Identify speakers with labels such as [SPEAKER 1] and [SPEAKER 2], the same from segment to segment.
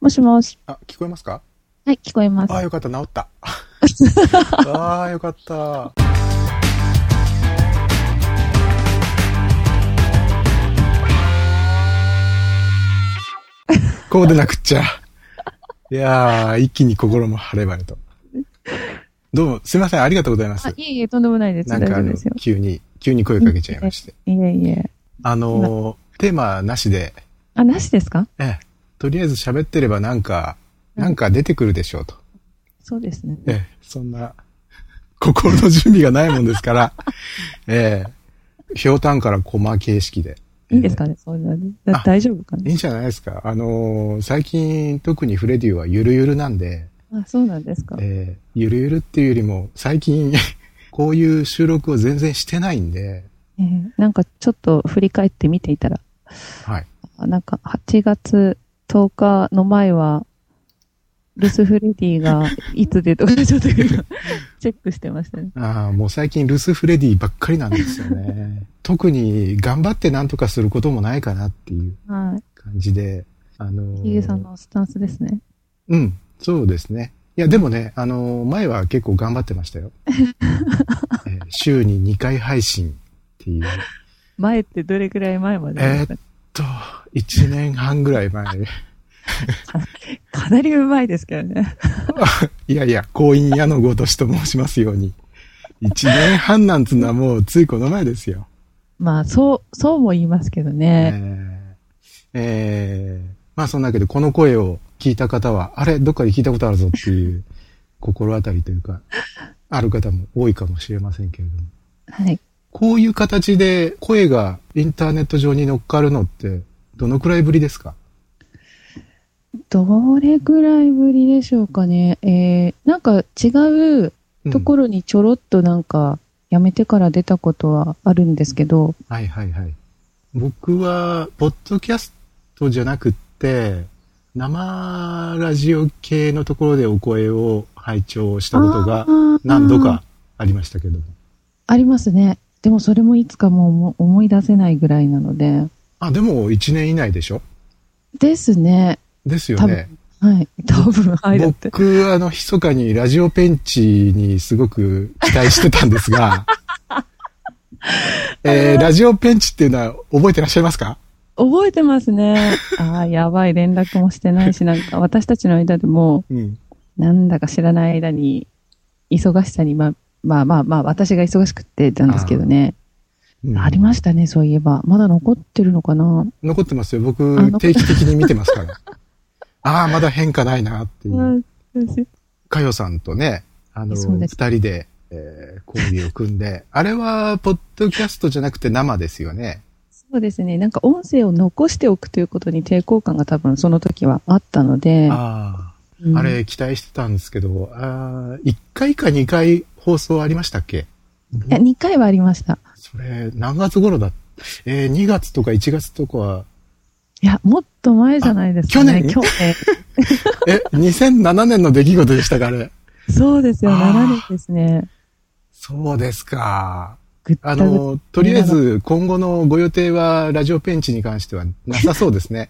[SPEAKER 1] もしもし。
[SPEAKER 2] あ、聞こえますか
[SPEAKER 1] はい、聞こえます
[SPEAKER 2] あ。あ、よかった、治 った。ああ、よかった。こうでなくっちゃ。いやー、一気に心も晴れ晴れと。どうも、すいません、ありがとうございま
[SPEAKER 1] あ
[SPEAKER 2] す、。
[SPEAKER 1] いえいえ、とんでもないです。
[SPEAKER 2] な
[SPEAKER 1] 大
[SPEAKER 2] んか
[SPEAKER 1] 丈
[SPEAKER 2] あ
[SPEAKER 1] 夫で
[SPEAKER 2] の
[SPEAKER 1] すよ、。
[SPEAKER 2] 急に、急に声かけちゃいまして。
[SPEAKER 1] いえいえ。
[SPEAKER 2] あのー、テーマなしで、
[SPEAKER 1] あ、なしですか
[SPEAKER 2] ええ、とりあえず喋ってればなんか、なんか出てくるでしょうと。
[SPEAKER 1] そうですね。
[SPEAKER 2] ええ、そんな、心の準備がないもんですから、 ええ、ひょうたんからコマ形式で。
[SPEAKER 1] いいですかねそうなんでだ
[SPEAKER 2] あ
[SPEAKER 1] 大丈夫かね
[SPEAKER 2] いいんじゃないですか。あのー最近特にフレディはゆるゆるなんで、
[SPEAKER 1] あ、そうなんですか。
[SPEAKER 2] ええ、ゆるゆるっていうよりも、最近、 こういう収録を全然してないんで、
[SPEAKER 1] えーなんかちょっと振り返って見ていたら、
[SPEAKER 2] はい。
[SPEAKER 1] あなんか8月10日の前は、ルス・フレディがいつでとかちょっと今チェックしてましたね。
[SPEAKER 2] ああ、もう最近ルス・フレディばっかりなんですよ ね。特に頑張って何とかすることもないかなっていう
[SPEAKER 1] はい。
[SPEAKER 2] 感じで、あのー
[SPEAKER 1] ヒゲさんのスタンスですね。
[SPEAKER 2] うん、そうですね。いや、でもね、あのー前は結構頑張ってましたよ。えー週に2回配信っていう、
[SPEAKER 1] 前ってどれくらい前までですか、
[SPEAKER 2] と、1年半ぐらい前。
[SPEAKER 1] かなりうまいですけどね。
[SPEAKER 2] いやいや、婚姻屋のごとしと申しますように。1年半なんつうのはもうついこの前ですよ。
[SPEAKER 1] まあ、そう、そうも言いますけど
[SPEAKER 2] え
[SPEAKER 1] ね。
[SPEAKER 2] ーえーまあそんなわけで、この声を聞いた方は、あれ、どっかで聞いたことあるぞっていう心当たりというか、ある方も多いかもしれませんけれども。
[SPEAKER 1] はい。
[SPEAKER 2] こういう形で声がインターネット上に乗っかるのって、どのくらいぶりですか
[SPEAKER 1] どれぐらいぶりでしょうかね。えー、なんか違うところにちょろっとなんか、やめてから出たことはあるんですけど、
[SPEAKER 2] うんはいはいはい。僕は、ポッドキャストじゃなくって、生ラジオ系のところでお声を拝聴したことが何度かありましたけども。
[SPEAKER 1] ありますね。でもそれもいつかもう思思い出せないぐらいなので。
[SPEAKER 2] あ、でも1年以内でしょ
[SPEAKER 1] ですね。
[SPEAKER 2] ですよ
[SPEAKER 1] 多
[SPEAKER 2] ね
[SPEAKER 1] 分。。はい。多分、はい。だって。
[SPEAKER 2] 僕、あの、密かにラジオペンチにすごく期待してたんです が、えーラジオペンチっていうのは覚えてらっしゃいますか
[SPEAKER 1] 覚えてます ね。ああ、やばい。連絡もしてないし、なんか私たちの間でも、
[SPEAKER 2] うん。
[SPEAKER 1] なんだか知らない間に、忙しさに、ま、まあまあまあ、私が忙しくってなんですけどね。ありましたね、そういえば。まだ残ってるのかな
[SPEAKER 2] 残ってますよ。僕
[SPEAKER 1] あ残、って
[SPEAKER 2] 定期的に見てますから。 ああ、まだ変化ないなっていう。かよさんとね、あの、
[SPEAKER 1] そう
[SPEAKER 2] 二
[SPEAKER 1] です
[SPEAKER 2] 人で、えー、講義を組 んで、あれは、ポッドキャストじゃなくて生ですよね。
[SPEAKER 1] そうですね。なんか音声を残しておくということに抵抗感が多分その時はあったので。
[SPEAKER 2] あ
[SPEAKER 1] うん
[SPEAKER 2] あ、あれ期待してたんですけど、ああ、1回か2回放送ありましたっけ
[SPEAKER 1] いや、2回はありました。
[SPEAKER 2] それ、何月頃だえー、2月とか1月とかは、
[SPEAKER 1] いや、もっと前じゃないですかね。
[SPEAKER 2] あ去年
[SPEAKER 1] 去年。
[SPEAKER 2] え、2007年の出来事でしたか、あれ。
[SPEAKER 1] そうですよ、
[SPEAKER 2] あー
[SPEAKER 1] 7年ですね。
[SPEAKER 2] そうですか。
[SPEAKER 1] ぐった
[SPEAKER 2] あ
[SPEAKER 1] ぐっ
[SPEAKER 2] の、とりあえず、今後のご予定は、ラジオペンチに関してはなさそうですね。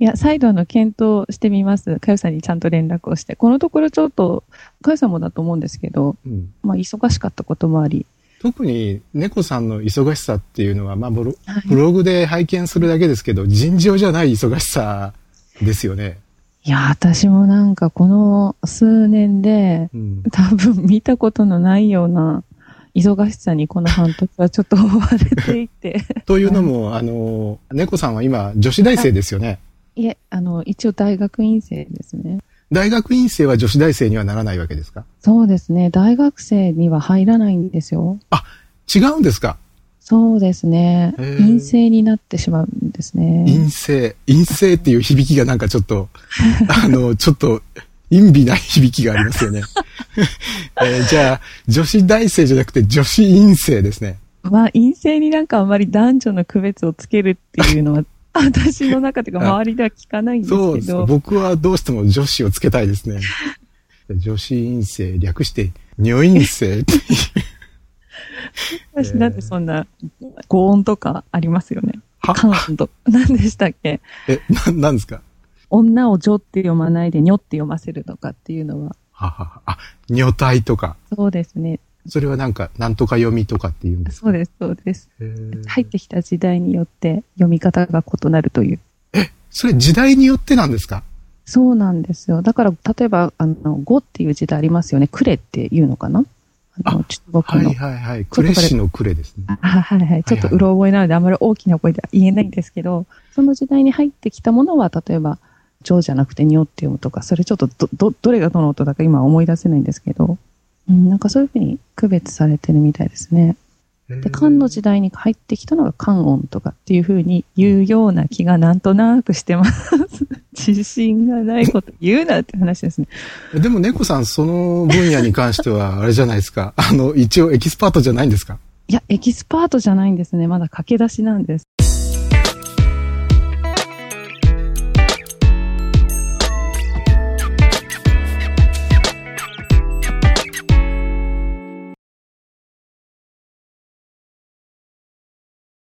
[SPEAKER 1] いや、再度あの、検討してみます。かよさんにちゃんと連絡をして。このところちょっと、かよさんもだと思うんですけど、
[SPEAKER 2] うん、
[SPEAKER 1] まあ、忙しかったこともあり。
[SPEAKER 2] 特に、猫さんの忙しさっていうのは、まあブロ、
[SPEAKER 1] は
[SPEAKER 2] ブ
[SPEAKER 1] い、
[SPEAKER 2] ログで拝見するだけですけど、尋常じゃない忙しさですよね。
[SPEAKER 1] いや、私もなんか、この数年で、
[SPEAKER 2] うん、
[SPEAKER 1] 多分見たことのないような忙しさにこの半年はちょっと追われていて。
[SPEAKER 2] というのも、あの、猫さんは今、女子大生ですよね。
[SPEAKER 1] いえ、あの、一応大学院生ですね。
[SPEAKER 2] 大学院生は女子大生にはならないわけですか
[SPEAKER 1] そうですね。大学生には入らないんですよ。
[SPEAKER 2] 違うんですか
[SPEAKER 1] そうですね。
[SPEAKER 2] へー
[SPEAKER 1] 陰性になってしまうんですね。
[SPEAKER 2] 陰性、陰性っていう響きがなんかちょっと、あの、ちょっと、陰微な響きがありますよね。 えーじゃあ、女子大生じゃなくて女子陰性ですね。
[SPEAKER 1] まあ、陰性になんかあんまり男女の区別をつけるっていう のは、私の中というか周りでは聞かないんです
[SPEAKER 2] そう
[SPEAKER 1] け
[SPEAKER 2] ですね。
[SPEAKER 1] ど、
[SPEAKER 2] 僕はどうしても女子をつけたいですね。女子陰性、略して、女陰性って。
[SPEAKER 1] 私なんでそんな、語音とかありますよね。
[SPEAKER 2] は
[SPEAKER 1] 感音と。何でしたっけ
[SPEAKER 2] え、な、なんですか
[SPEAKER 1] 女を女って読まないで女って読ませるのかっていうのは。
[SPEAKER 2] ははは。あ、女体とか。
[SPEAKER 1] そうですね。
[SPEAKER 2] それはなんか、なんとか読みとかっていうんです
[SPEAKER 1] そうです、そうです。
[SPEAKER 2] へー
[SPEAKER 1] 入ってきた時代によって読み方が異なるという。
[SPEAKER 2] それ時代によってなんですか
[SPEAKER 1] そうなんですよ。だから、例えば、あの、語っていう時代ありますよね。クレっていうのかなあの、中国
[SPEAKER 2] は
[SPEAKER 1] の。
[SPEAKER 2] いはいはい。クレシのクレですね。
[SPEAKER 1] あはいはい。ちょっとうろ覚えなので、あまり大きな声では言えないんですけど、その時代に入ってきたものは、例えば、蝶じゃなくて、にょって読むとか、それちょっとど、ど、どれがどの音だか今は思い出せないんですけど、うん、なんかそういうふうに区別されてるみたいですね。で、漢の時代に入ってきたのが漢音とかっていうふうに言うような気がなんとなくしてます。自信がないこと言うなって話ですね。
[SPEAKER 2] でも猫さん、その分野に関しては、あれじゃないですか。あの、一応エキスパートじゃないんですか
[SPEAKER 1] いや、エキスパートじゃないんですね。まだ駆け出しなんです。